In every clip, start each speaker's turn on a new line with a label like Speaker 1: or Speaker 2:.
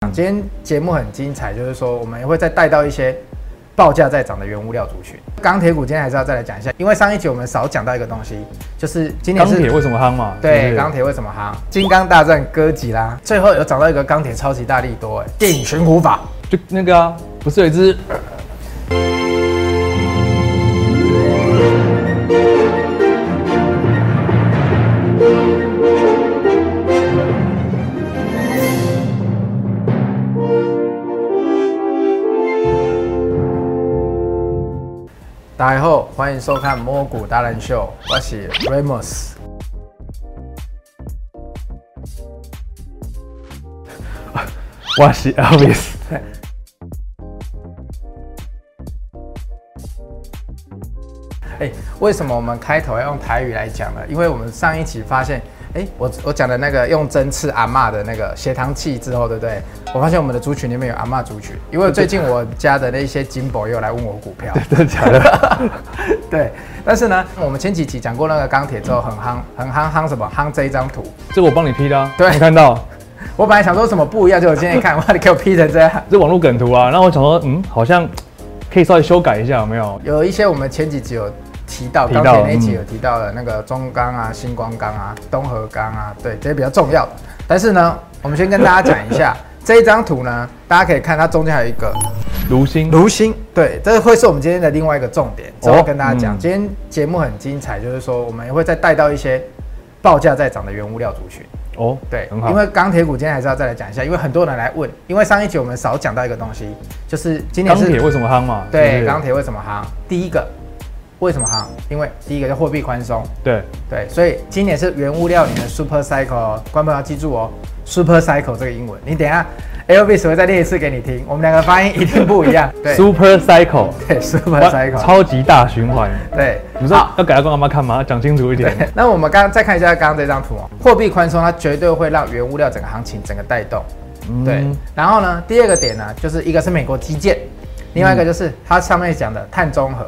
Speaker 1: 今天节目很精彩，就是说我们也会再带到一些报价在涨的原物料族群。钢铁股今天还是要再来讲一下，因为上一集我们少讲到一个东西，就是今年
Speaker 2: 钢
Speaker 1: 是
Speaker 2: 铁为什么夯嘛？
Speaker 1: 对
Speaker 2: 就是
Speaker 1: 钢铁为什么行？金刚大战哥吉拉，最后有找到一个钢铁超级大力多，哎，电影巡湖法。
Speaker 2: 就那个啊，不是有一只
Speaker 1: 大家好，欢迎收看《摸骨达人秀》，我是 Ramos。
Speaker 2: 哇西 Elvis，
Speaker 1: 哎、为什么我们开头要用台语来讲呢？因为我们上一期发现，哎、我我讲的那个用针刺阿嬷的那个血糖器之后，对不对？我发现我们的族群里面有阿嬷族群，因为最近我家的那些金宝又来问我股票，
Speaker 2: 真的假的？
Speaker 1: 对。但是呢，我们前几集讲过那个钢铁之后很夯，很夯夯什么？夯这一张图。
Speaker 2: 这个我帮你 P 的、啊，
Speaker 1: 对
Speaker 2: 你看到
Speaker 1: 我本来想说什么不一样，结果今天一看，哇，你给我 P 成这样。
Speaker 2: 这网络梗图啊，然后我想说，嗯，好像可以稍微修改一下，有没有？
Speaker 1: 有一些我们前几集有提到，
Speaker 2: 提到
Speaker 1: 钢铁那一集
Speaker 2: 嗯
Speaker 1: 有提到的那个中钢啊、星光钢啊、东河钢啊，对，这些比较重要的。但是呢， 我们先跟大家讲一下 这一张图呢，大家可以看它中间还有一个
Speaker 2: 卢鑫，
Speaker 1: 炉心，对，这会是我们今天的另外一个重点，之后
Speaker 2: 哦
Speaker 1: 跟大家讲。
Speaker 2: 嗯
Speaker 1: 今天节目很精彩，就是说我们也会再带到一些报价在涨的原物料族群。
Speaker 2: 哦，
Speaker 1: 对，
Speaker 2: 很好，
Speaker 1: 因为钢铁股今天还是要再来讲一下，因为很多人来问，因为上一集我们少讲到一个东西，就是今年
Speaker 2: 钢
Speaker 1: 是
Speaker 2: 铁为什么夯嘛？就
Speaker 1: 对，
Speaker 2: 是
Speaker 1: 钢铁为什么行？第一个，为什么行？因为第一个叫货币宽松，
Speaker 2: 对，
Speaker 1: 对，所以今年是原物料里面的 super cycle，哦观众要记住哦，super cycle 这个英文，你等一下 Elvis 会再念一次给你听，我们两个发音一定不一 样，对
Speaker 2: Super Cycle，
Speaker 1: 对，super
Speaker 2: 哇
Speaker 1: cycle，啊
Speaker 2: 超级大循环。
Speaker 1: 对，
Speaker 2: 你说 要给阿公阿妈看吗？讲清楚一点。
Speaker 1: 那我们刚刚再看一下刚刚这张图哦，货币宽松它绝对会让原物料整个行情整个带动。
Speaker 2: 嗯
Speaker 1: 对，然后呢，第二个点呢，就是一个是美国基建，另外一个就是它上面讲的碳中和。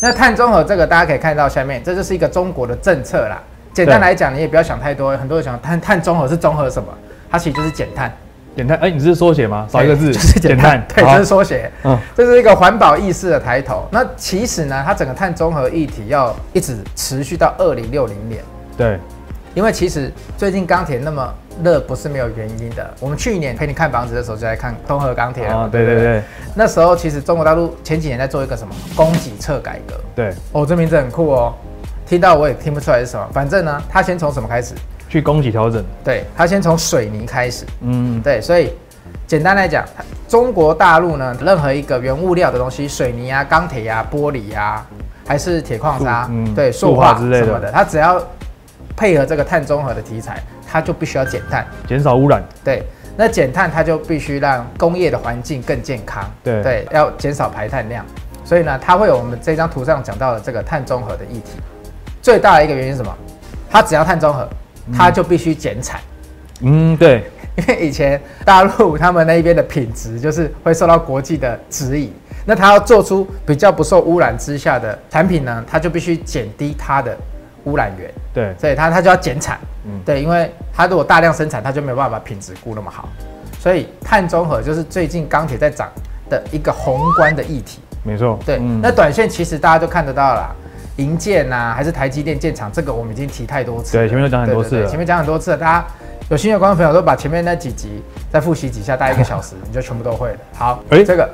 Speaker 1: 那碳中和这个大家可以看到下面，这就是一个中国的政策啦。简单
Speaker 2: 对
Speaker 1: 来讲，你也不要想太多，很多人想碳碳中和是综合什么？它其实就是减碳，
Speaker 2: 减碳，哎，你这是缩写吗？少一个 字，
Speaker 1: 就是减碳，对，
Speaker 2: 好
Speaker 1: 这是缩写。
Speaker 2: 嗯，
Speaker 1: 这是一个环保意识的抬头。那其实呢，它整个碳中和议题要一直持续到二零六零年。
Speaker 2: 对，
Speaker 1: 因为其实最近钢铁那么热不是没有原因的。我们去年陪你看房子的时候就在看东河钢铁了嘛
Speaker 2: 啊，对对
Speaker 1: 不
Speaker 2: 对
Speaker 1: 那时候其实中国大陆前几年在做一个什么供给侧改革，
Speaker 2: 对，
Speaker 1: 哦，这名字很酷哦，听到我也听不出来是什么。反正呢，它先从什么开始？
Speaker 2: 去供给调整，
Speaker 1: 对，它先从水泥开始。
Speaker 2: 嗯，
Speaker 1: 对，所以简单来讲，中国大陆呢，任何一个原物料的东西，水泥啊、钢铁啊、玻璃啊，还是铁矿砂
Speaker 2: 塑，嗯
Speaker 1: 对，
Speaker 2: 塑
Speaker 1: 塑
Speaker 2: 化
Speaker 1: 化
Speaker 2: 之类的
Speaker 1: 什么的，它只要配合这个碳中和的题材，它就必须要减碳。
Speaker 2: 减少污染，
Speaker 1: 对，那减碳它就必须让工业的环境更健康，
Speaker 2: 对
Speaker 1: 对，要减少排碳量。所以呢，它会有我们这张图上讲到的这个碳中和的议题。最大的一个原因是什么？它只要碳中和，它就必须减产。
Speaker 2: 嗯，对，
Speaker 1: 因为以前大陆他们那边的品质就是会受到国际的质疑，那他要做出比较不受污染之下的产品呢，他就必须减低它的污染源，
Speaker 2: 对，
Speaker 1: 所以他他就要减产，
Speaker 2: 嗯
Speaker 1: 对，因为他如果大量生产，他就没有办法把品质估那么好，所以碳中和就是最近钢铁在涨的一个宏观的议题。
Speaker 2: 没错，
Speaker 1: 对，
Speaker 2: 嗯
Speaker 1: 那短线其实大家都看得到啦，银建呐、还是台积电建厂，这个我们已经提太多次了。
Speaker 2: 对前面都讲很多次
Speaker 1: 对对对
Speaker 2: 了
Speaker 1: 前面讲很多次了，大家有兴趣的观众朋友都把前面那几集再复习几下，大概一个小时，你就全部都会了。好，
Speaker 2: 诶
Speaker 1: 这个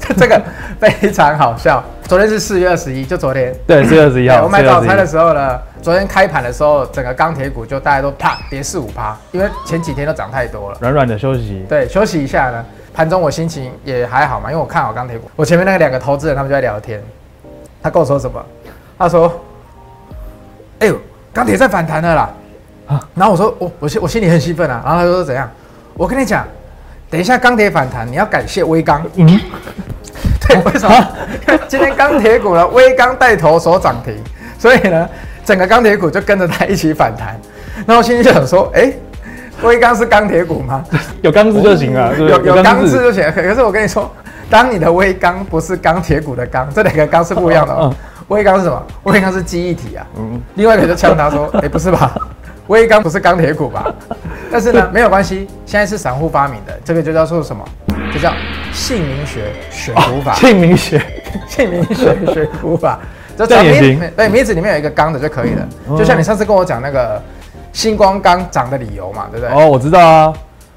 Speaker 1: 这个非常好笑。昨天是四月二十一，就昨天。
Speaker 2: 对，四月二十一
Speaker 1: 对
Speaker 2: 号，
Speaker 1: 我买
Speaker 2: 4月
Speaker 1: 早餐的
Speaker 2: 21
Speaker 1: 时候呢，昨天开盘的时候，整个钢铁股就大家都啪跌四五趴，因为前几天都涨太多了。
Speaker 2: 软软的休息，
Speaker 1: 对，休息一下呢。盘中我心情也还好嘛，因为我看好钢铁股。我前面那个两个投资人他们就在聊天，他跟我说什么？他说：“哎呦，钢铁在反弹了啦。”
Speaker 2: 啊
Speaker 1: 然后我说：“我我心我心里很兴奋啊。”然后他说：“怎样？”我跟你讲，等一下钢铁反弹，你要感谢微钢。
Speaker 2: 嗯，啊
Speaker 1: 对，为什么？因为今天钢铁股呢，微钢带头所涨停，所以呢，整个钢铁股就跟着它一起反弹。那我心里就想说：“哎、微钢是钢铁股吗？”
Speaker 2: 有钢字就行了，是不是
Speaker 1: 嗯有有钢制就行。可可是我跟你说，当你的微钢不是钢铁股的钢，这两个钢是不一样的哦
Speaker 2: 嗯。
Speaker 1: 微钢是什么？微钢是记忆体啊。
Speaker 2: 嗯，
Speaker 1: 另外一个就呛他说：“哎、不是吧？微钢不是钢铁股吧？但是呢，没有关系，现在是散户发明的，这个就叫做什么？这叫姓名学选股法。
Speaker 2: 哦姓名学，
Speaker 1: 姓名学学股 法，就
Speaker 2: 这样也
Speaker 1: 找名
Speaker 2: 行
Speaker 1: 对名字里面有一个钢的就可以了。
Speaker 2: 嗯
Speaker 1: 就像你上次跟我讲那个星光钢涨的理由嘛，对不对？
Speaker 2: 哦，我知道啊，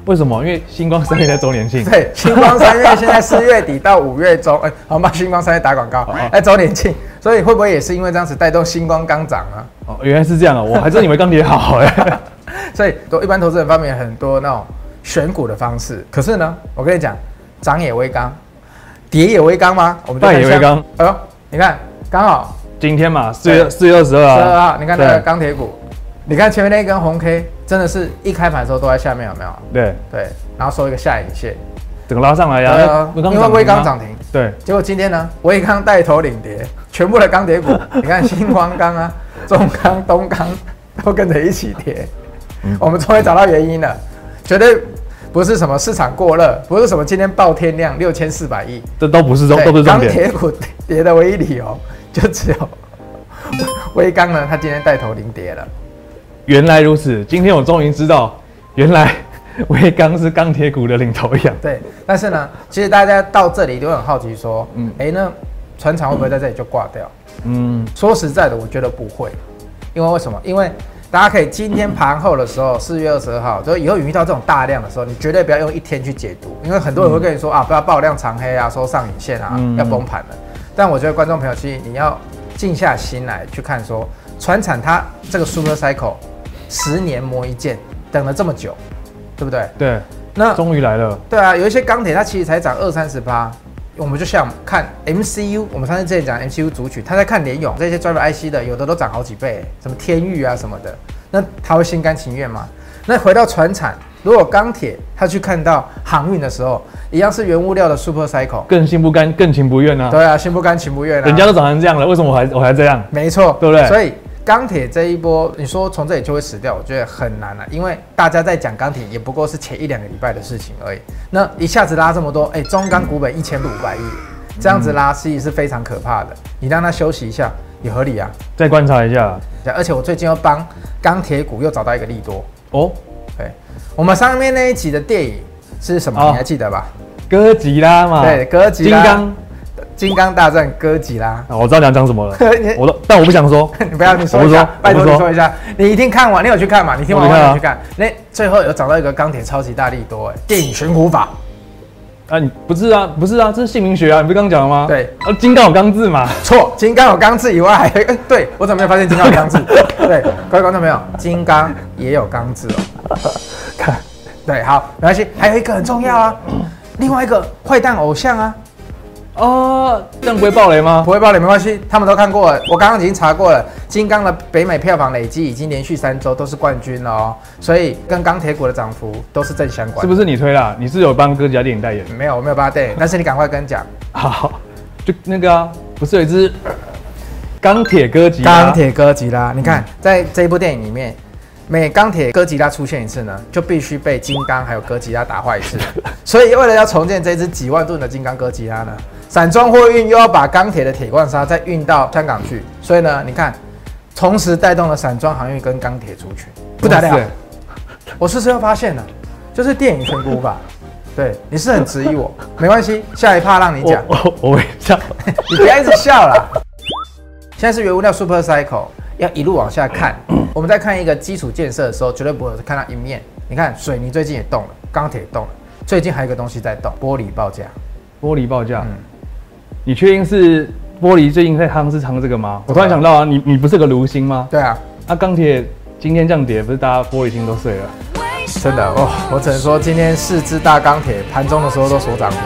Speaker 2: 为什么？因为星光三月在周年庆，
Speaker 1: 对，星光三 月现在四月底到五月中，哎、好吧，星光三月打广告，哎、周年庆，所以会不会也是因为这样子带动星光钢涨啊呢？
Speaker 2: 哦，原来是这样啊，我还真以为钢铁好 哎，
Speaker 1: 所以都一般投资人发明很多那种选股的方式，可是呢，我跟你讲，涨也微刚，跌也微刚吗？我们就
Speaker 2: 败也
Speaker 1: 看一下
Speaker 2: 微刚。
Speaker 1: 哎呦，你看刚好
Speaker 2: 今天嘛，四月
Speaker 1: 对
Speaker 2: 四月二十二
Speaker 1: 十
Speaker 2: 啊，
Speaker 1: 二号，你看那个
Speaker 2: 对
Speaker 1: 钢铁股，你看前面那一根红 K，真的是一开盘的时候都在下面，有没有？
Speaker 2: 对，
Speaker 1: 对，然后收一个下影线，
Speaker 2: 整个拉上来呀、
Speaker 1: 对啊
Speaker 2: 哎
Speaker 1: 因为微刚
Speaker 2: 停啊
Speaker 1: 涨停。
Speaker 2: 对，
Speaker 1: 结果今天呢，威刚带头领跌，全部的钢铁股， 你看新光钢啊、中钢、东钢都跟着一起跌。
Speaker 2: 嗯
Speaker 1: 我们终于找到原因了，绝对不是什么市场过热，不是什么今天爆天量六千四百亿，
Speaker 2: 这都不是重，都不是重
Speaker 1: 钢
Speaker 2: 点。
Speaker 1: 铁股跌的唯一理由就只有 威刚呢，它今天带头领跌了。
Speaker 2: 原来如此，今天我终于知道，原来 微刚是钢铁股的领头羊。
Speaker 1: 对，但是呢，其实大家到这里都很好奇说，嗯
Speaker 2: 嗯，
Speaker 1: 哎、那船厂会不会在这里就挂掉？
Speaker 2: 嗯，
Speaker 1: 说实在的，我觉得不会，因为为什么？因为大家可以今天盘后的时候，四月二十二号，就以后遇到这种大量的时候，你绝对不要用一天去解读，因为很多人会跟你说、啊，不要爆量长黑啊，收上影线啊，
Speaker 2: 嗯
Speaker 1: 要崩盘了。但我觉得观众朋友，其实你要静下心来去看说，船产它这个 super cycle 十年磨一剑，等了这么久，对不对？
Speaker 2: 对，
Speaker 1: 那
Speaker 2: 终于来了。
Speaker 1: 对啊，有一些钢铁它其实才涨二三十趴，我们就想看 MCU，我们上次之前讲 MCU 主曲，它在看联咏这些 driver IC 的，有的都涨好几倍，什么天域啊什么的，那他会心甘情愿吗？那回到船产，如果钢铁他去看到航运的时候，一样是原物料的 super cycle，
Speaker 2: 更心不甘，更情不愿啊！
Speaker 1: 对啊，心不甘情不愿啊，
Speaker 2: 人家都长成这样了，为什么我还我还这样？
Speaker 1: 没错，
Speaker 2: 对不对
Speaker 1: 所以钢铁这一波，你说从这里就会死掉，我觉得很难啊，因为大家在讲钢铁也不过是前一两个礼拜的事情而已。那一下子拉这么多，哎，中钢股本一千五百亿，这样子拉其实是非常可怕的。你让它休息一下也合理啊。
Speaker 2: 再观察一下
Speaker 1: 而且我最近又帮钢铁股又找到一个利多，
Speaker 2: 哦，
Speaker 1: 对，我们上面那一集的电影是什么？
Speaker 2: 哦
Speaker 1: 你还记得吧？
Speaker 2: 哥吉拉嘛，
Speaker 1: 对哥吉拉
Speaker 2: 金刚，
Speaker 1: 金刚大战哥吉 拉。
Speaker 2: 啊我知道你要讲什么了
Speaker 1: 你，
Speaker 2: 我都，但我不想说
Speaker 1: ，你不要，你说一
Speaker 2: 我
Speaker 1: 下
Speaker 2: 不说，
Speaker 1: 拜托
Speaker 2: 我不
Speaker 1: 你
Speaker 2: 说
Speaker 1: 说一下，你一定看完，你有去看嘛？你听完
Speaker 2: 我
Speaker 1: 我
Speaker 2: 没看啊
Speaker 1: 有去看，那最后有找到一个钢铁超级大力多，哎，电影悬壶法，
Speaker 2: 啊，你不是啊，不是啊，这是姓名学啊，你不是刚讲了吗？
Speaker 1: 对
Speaker 2: 啊，金刚有刚字嘛，
Speaker 1: 错，金刚有钢制以外， 还有一个，哎对我怎么没有发现金刚有钢 制？对，各位观众朋友，金刚也有钢制哦。
Speaker 2: 看，
Speaker 1: 对，好，没关系，还有一个很重要啊，另外一个坏蛋偶像啊，
Speaker 2: 哦，这样不会爆雷吗？
Speaker 1: 不会爆雷没关系，他们都看过了，我刚刚已经查过了，金刚的北美票房累积已经连续三周都是冠军了哦，所以跟钢铁股的涨幅都是正相关的。
Speaker 2: 是不是你推啦？你是有帮哥吉拉电影代言？
Speaker 1: 没有，我没有八对，但是你赶快跟讲，
Speaker 2: 好，就那个啊，不是有一只钢铁哥吉拉？
Speaker 1: 钢铁哥吉拉，你看在这一部电影里面，每钢铁哥吉拉出现一次呢，就必须被金刚还有哥吉拉打坏一 次。所以为了要重建这只几万吨的金刚哥吉拉呢，散装货运又要把钢铁的铁罐砂再运到香港去，所以呢，你看，同时带动了散装航运跟钢铁族群，不得
Speaker 2: 哇
Speaker 1: 了
Speaker 2: 塞！
Speaker 1: 我是不是又发现了，就是电影全估法。对，你是很质疑我，没关系，下一趴让你讲。
Speaker 2: 我我我微笑，
Speaker 1: 你不要一直笑啦。现在是原物料 super cycle，要一路往下看。我们在看一个基础建设的时候，绝对不会看到一面。你看水泥最近也动了，钢铁也动了，最近还有一个东西在动，玻璃报价。
Speaker 2: 玻璃报价，
Speaker 1: 嗯
Speaker 2: 你确定是玻璃最近在夯是夯这个吗？我突然想到啊，你你不是个炉心吗？
Speaker 1: 对啊，
Speaker 2: 啊，钢铁今天这样跌，不是大家玻璃心都碎了？
Speaker 1: 真的哦，我只能说今天四只大钢铁盘中的时候都所涨停，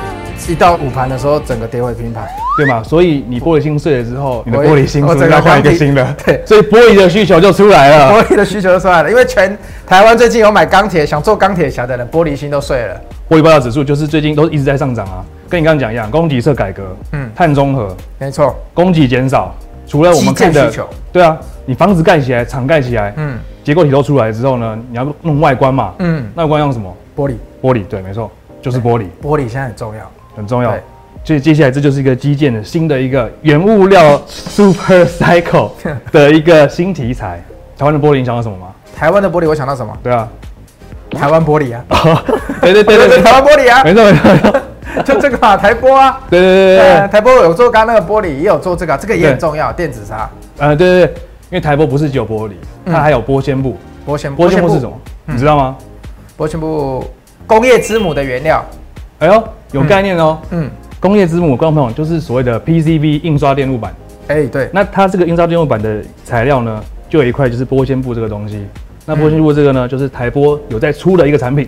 Speaker 1: 一到午盘的时候整个跌回平盘。
Speaker 2: 对嘛？所以你玻璃心碎了之后，你的
Speaker 1: 我
Speaker 2: 玻璃心
Speaker 1: 我
Speaker 2: 是不
Speaker 1: 整
Speaker 2: 是
Speaker 1: 个
Speaker 2: 要换一
Speaker 1: 钢
Speaker 2: 个
Speaker 1: 体
Speaker 2: 新的？
Speaker 1: 对
Speaker 2: 所以玻璃的需求就出来了。
Speaker 1: 玻璃的需求就出来了，因为全台湾最近有买钢铁想做钢铁侠的人，玻璃心都碎了。
Speaker 2: 玻璃报价指数就是最近都一直在上涨啊，跟你刚刚讲一样，供给侧改革，
Speaker 1: 嗯
Speaker 2: 嗯，碳中和，
Speaker 1: 没错，
Speaker 2: 供给减少，除了我们看
Speaker 1: 基建
Speaker 2: 的
Speaker 1: 需求，
Speaker 2: 对啊，你房子盖起来，厂盖起来，
Speaker 1: 嗯
Speaker 2: 结构体都出来之后呢，你要弄外观嘛，
Speaker 1: 嗯，
Speaker 2: 那外观用什么？
Speaker 1: 玻璃
Speaker 2: 玻璃，对，没错，就是玻璃，
Speaker 1: 玻璃现在很重要。
Speaker 2: 很重要
Speaker 1: 对。
Speaker 2: 所以接下来这就是一个基建的新的一个 原物料 super cycle 的一个新题材。台湾的玻璃影响到什么吗？
Speaker 1: 台湾的玻璃，我想到什么？
Speaker 2: 对啊，
Speaker 1: 台湾玻璃啊，
Speaker 2: 哦对 对对
Speaker 1: 对
Speaker 2: 对
Speaker 1: 对，
Speaker 2: 对，
Speaker 1: 台湾玻璃啊，
Speaker 2: 没错没错没错，
Speaker 1: 就这个嘛，台玻啊。
Speaker 2: 对对对对
Speaker 1: 对啊，
Speaker 2: 对，
Speaker 1: 台玻有做刚刚那个玻璃，也有做这个啊，这个也很
Speaker 2: 对
Speaker 1: 重要，电子砂、
Speaker 2: 呃对对对，因为台玻不是只有玻璃，
Speaker 1: 嗯
Speaker 2: 它还有玻纤布，
Speaker 1: 玻纤嗯
Speaker 2: 玻纤布是什么？？你知道吗？
Speaker 1: 玻纤布工业之母的原料。
Speaker 2: 哎呦，有
Speaker 1: 嗯
Speaker 2: 概念哦。
Speaker 1: 嗯，
Speaker 2: 工业之母，观众朋友就是所谓的 PCB 印刷电路板。
Speaker 1: 哎、对，
Speaker 2: 那它这个印刷电路板的材料呢，就有一块就是玻纤布这个东西。那玻纤布这个呢，就是台玻有在出的一个产品。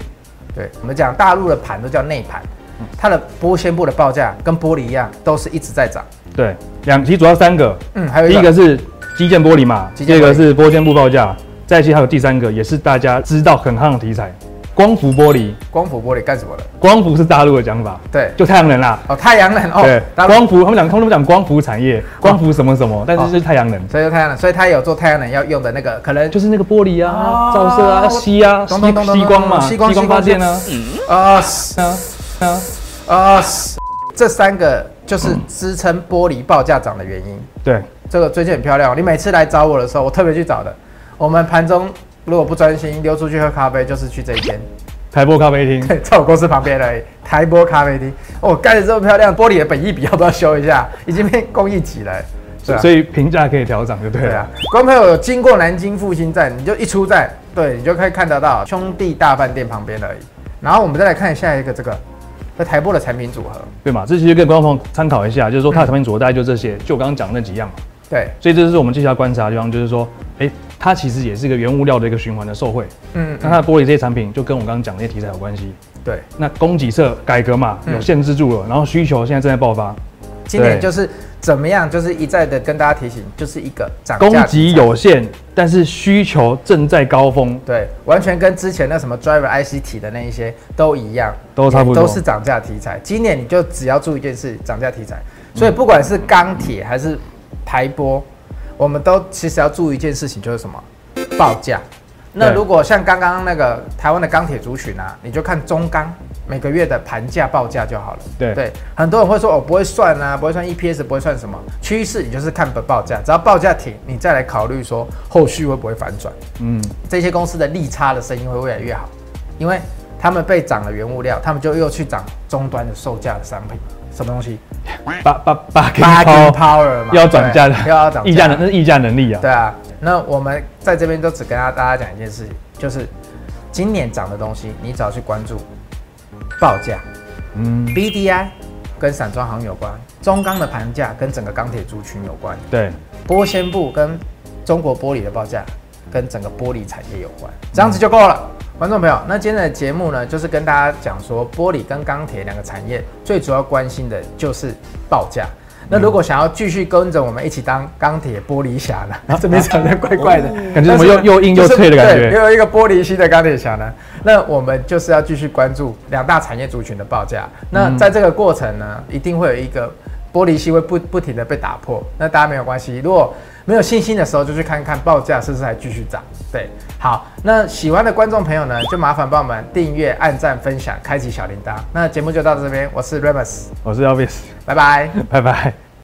Speaker 1: 对，我们讲大陆的盘都叫内盘，
Speaker 2: 嗯
Speaker 1: 它的玻纤布的报价跟玻璃一样，都是一直在涨。
Speaker 2: 对，两其实主要三个，
Speaker 1: 嗯，还有
Speaker 2: 第
Speaker 1: 一
Speaker 2: 一
Speaker 1: 个
Speaker 2: 个是基建玻璃嘛，
Speaker 1: 基
Speaker 2: 第
Speaker 1: 建玻璃
Speaker 2: 二个是玻纤布报价，再其实还有第三个也是大家知道很夯的题材，光伏玻璃。
Speaker 1: 光伏玻璃干什么的？
Speaker 2: 光伏是大陆的讲法，
Speaker 1: 对，
Speaker 2: 就太阳能啦。
Speaker 1: 哦，太阳能哦
Speaker 2: 对，，
Speaker 1: 大陆哦
Speaker 2: 光伏他们讲，他们都讲光伏产业，光伏什么什么，但是就是太阳能，
Speaker 1: 所以就太阳能，所以它也有做太阳能要用的那个，可能
Speaker 2: 就是那个玻璃啊
Speaker 1: 哦，
Speaker 2: 照射啊，
Speaker 1: 我
Speaker 2: 吸啊，吸
Speaker 1: 懂懂懂懂
Speaker 2: 吸光嘛，
Speaker 1: 懂
Speaker 2: 吸
Speaker 1: 吸光
Speaker 2: 光发电啊，
Speaker 1: 啊
Speaker 2: 啊啊，
Speaker 1: 啊，这三个就是支撑玻璃报价涨的原因。
Speaker 2: 对，
Speaker 1: 这个最近很漂亮哦，你每次来找我的时候，我特别去找的。我们盘中如果不专心溜出去喝咖啡，就是去这一间，
Speaker 2: 台玻咖啡厅，
Speaker 1: 对，在我公司旁边而已，台波咖啡厅。哦，盖得这么漂亮，玻璃的本益比要不要修一下？已经变工艺级了，对啊
Speaker 2: 所以评价可以调整就对
Speaker 1: 对
Speaker 2: 了
Speaker 1: 啊。，观众朋友有经过南京复兴站，你就一出站，对你就可以看得到兄弟大饭店旁边而已。然后我们再来看下一个这个，这台波的产品组合，
Speaker 2: 对嘛？这其实跟观众朋友参考一下，就是说它的产品组合大概就这些，就我刚刚讲的那几样嘛。
Speaker 1: 嗯对，
Speaker 2: 所以这就是我们继续要观察的地方，就是说，哎、它其实也是一个原物料的一个循环的受惠。
Speaker 1: 嗯，
Speaker 2: 那它的玻璃这些产品，就跟我刚刚讲的那些题材有关系。
Speaker 1: 对，
Speaker 2: 那供给侧改革嘛，
Speaker 1: 嗯
Speaker 2: 有限制住了，然后需求现在正在爆发，
Speaker 1: 今年
Speaker 2: 对
Speaker 1: 就是怎么样，就是一再的跟大家提醒，就是一个涨价
Speaker 2: 供给有限，但是需求正在高峰，
Speaker 1: 对，完全跟之前那什么 Driver IC 体的那一些都一样，
Speaker 2: 都差不多
Speaker 1: 都是涨价题材。今年你就只要注意一件事，涨价题材。所以不管是钢铁还是台玻，我们都其实要注意一件事情，就是什么报价。那
Speaker 2: 对
Speaker 1: 如果像刚刚那个台湾的钢铁族群啊，你就看中钢每个月的盘价报价就好了。
Speaker 2: 对
Speaker 1: 对，很多人会说哦不会算啊，不会算 EPS，不会算什么趋势，你就是看本报价，只要报价停，你再来考虑说后续会不会反转。
Speaker 2: 嗯，
Speaker 1: 这些公司的利差的生意会越来越好，因为他们被涨了原物料，他们就又去涨终端的售价的商品，什么东西
Speaker 2: 八八八 K
Speaker 1: ？Bargaining
Speaker 2: 抛
Speaker 1: power 嘛，
Speaker 2: 要涨价的
Speaker 1: 对，又要涨
Speaker 2: 议价能，那是议价能力啊。
Speaker 1: 对啊，那我们在这边都只跟大家讲一件事情，就是今年涨的东西，你只要去关注报价
Speaker 2: 嗯，
Speaker 1: ，BDI 跟散装行有关，中钢的盘价跟整个钢铁族群有关，
Speaker 2: 对，
Speaker 1: 玻纤布跟中国玻璃的报价跟整个玻璃产业有关，这样子就够了。观众朋友，那今天的节目呢，就是跟大家讲说，玻璃跟钢铁两个产业最主要关心的就是报价。那如果想要继续跟着我们一起当钢铁玻璃侠呢， 这边讲的怪怪的，
Speaker 2: 感觉怎么又又硬又
Speaker 1: 就是
Speaker 2: 脆的感觉
Speaker 1: 对，又有一个玻璃心的钢铁侠呢。那我们就是要继续关注两大产业族群的报价。那
Speaker 2: 嗯
Speaker 1: 在这个过程呢，一定会有一个玻璃心会不不停的被打破。那大家没有关系，如果没有信心的时候，就去看看报价是不是还继续涨。对，好，那喜欢的观众朋友呢，就麻烦帮我们订阅、按赞、分享、开启小铃铛。那节目就到这边，我是 Remus，
Speaker 2: 我是 Elvis，
Speaker 1: 拜拜。
Speaker 2: 拜拜。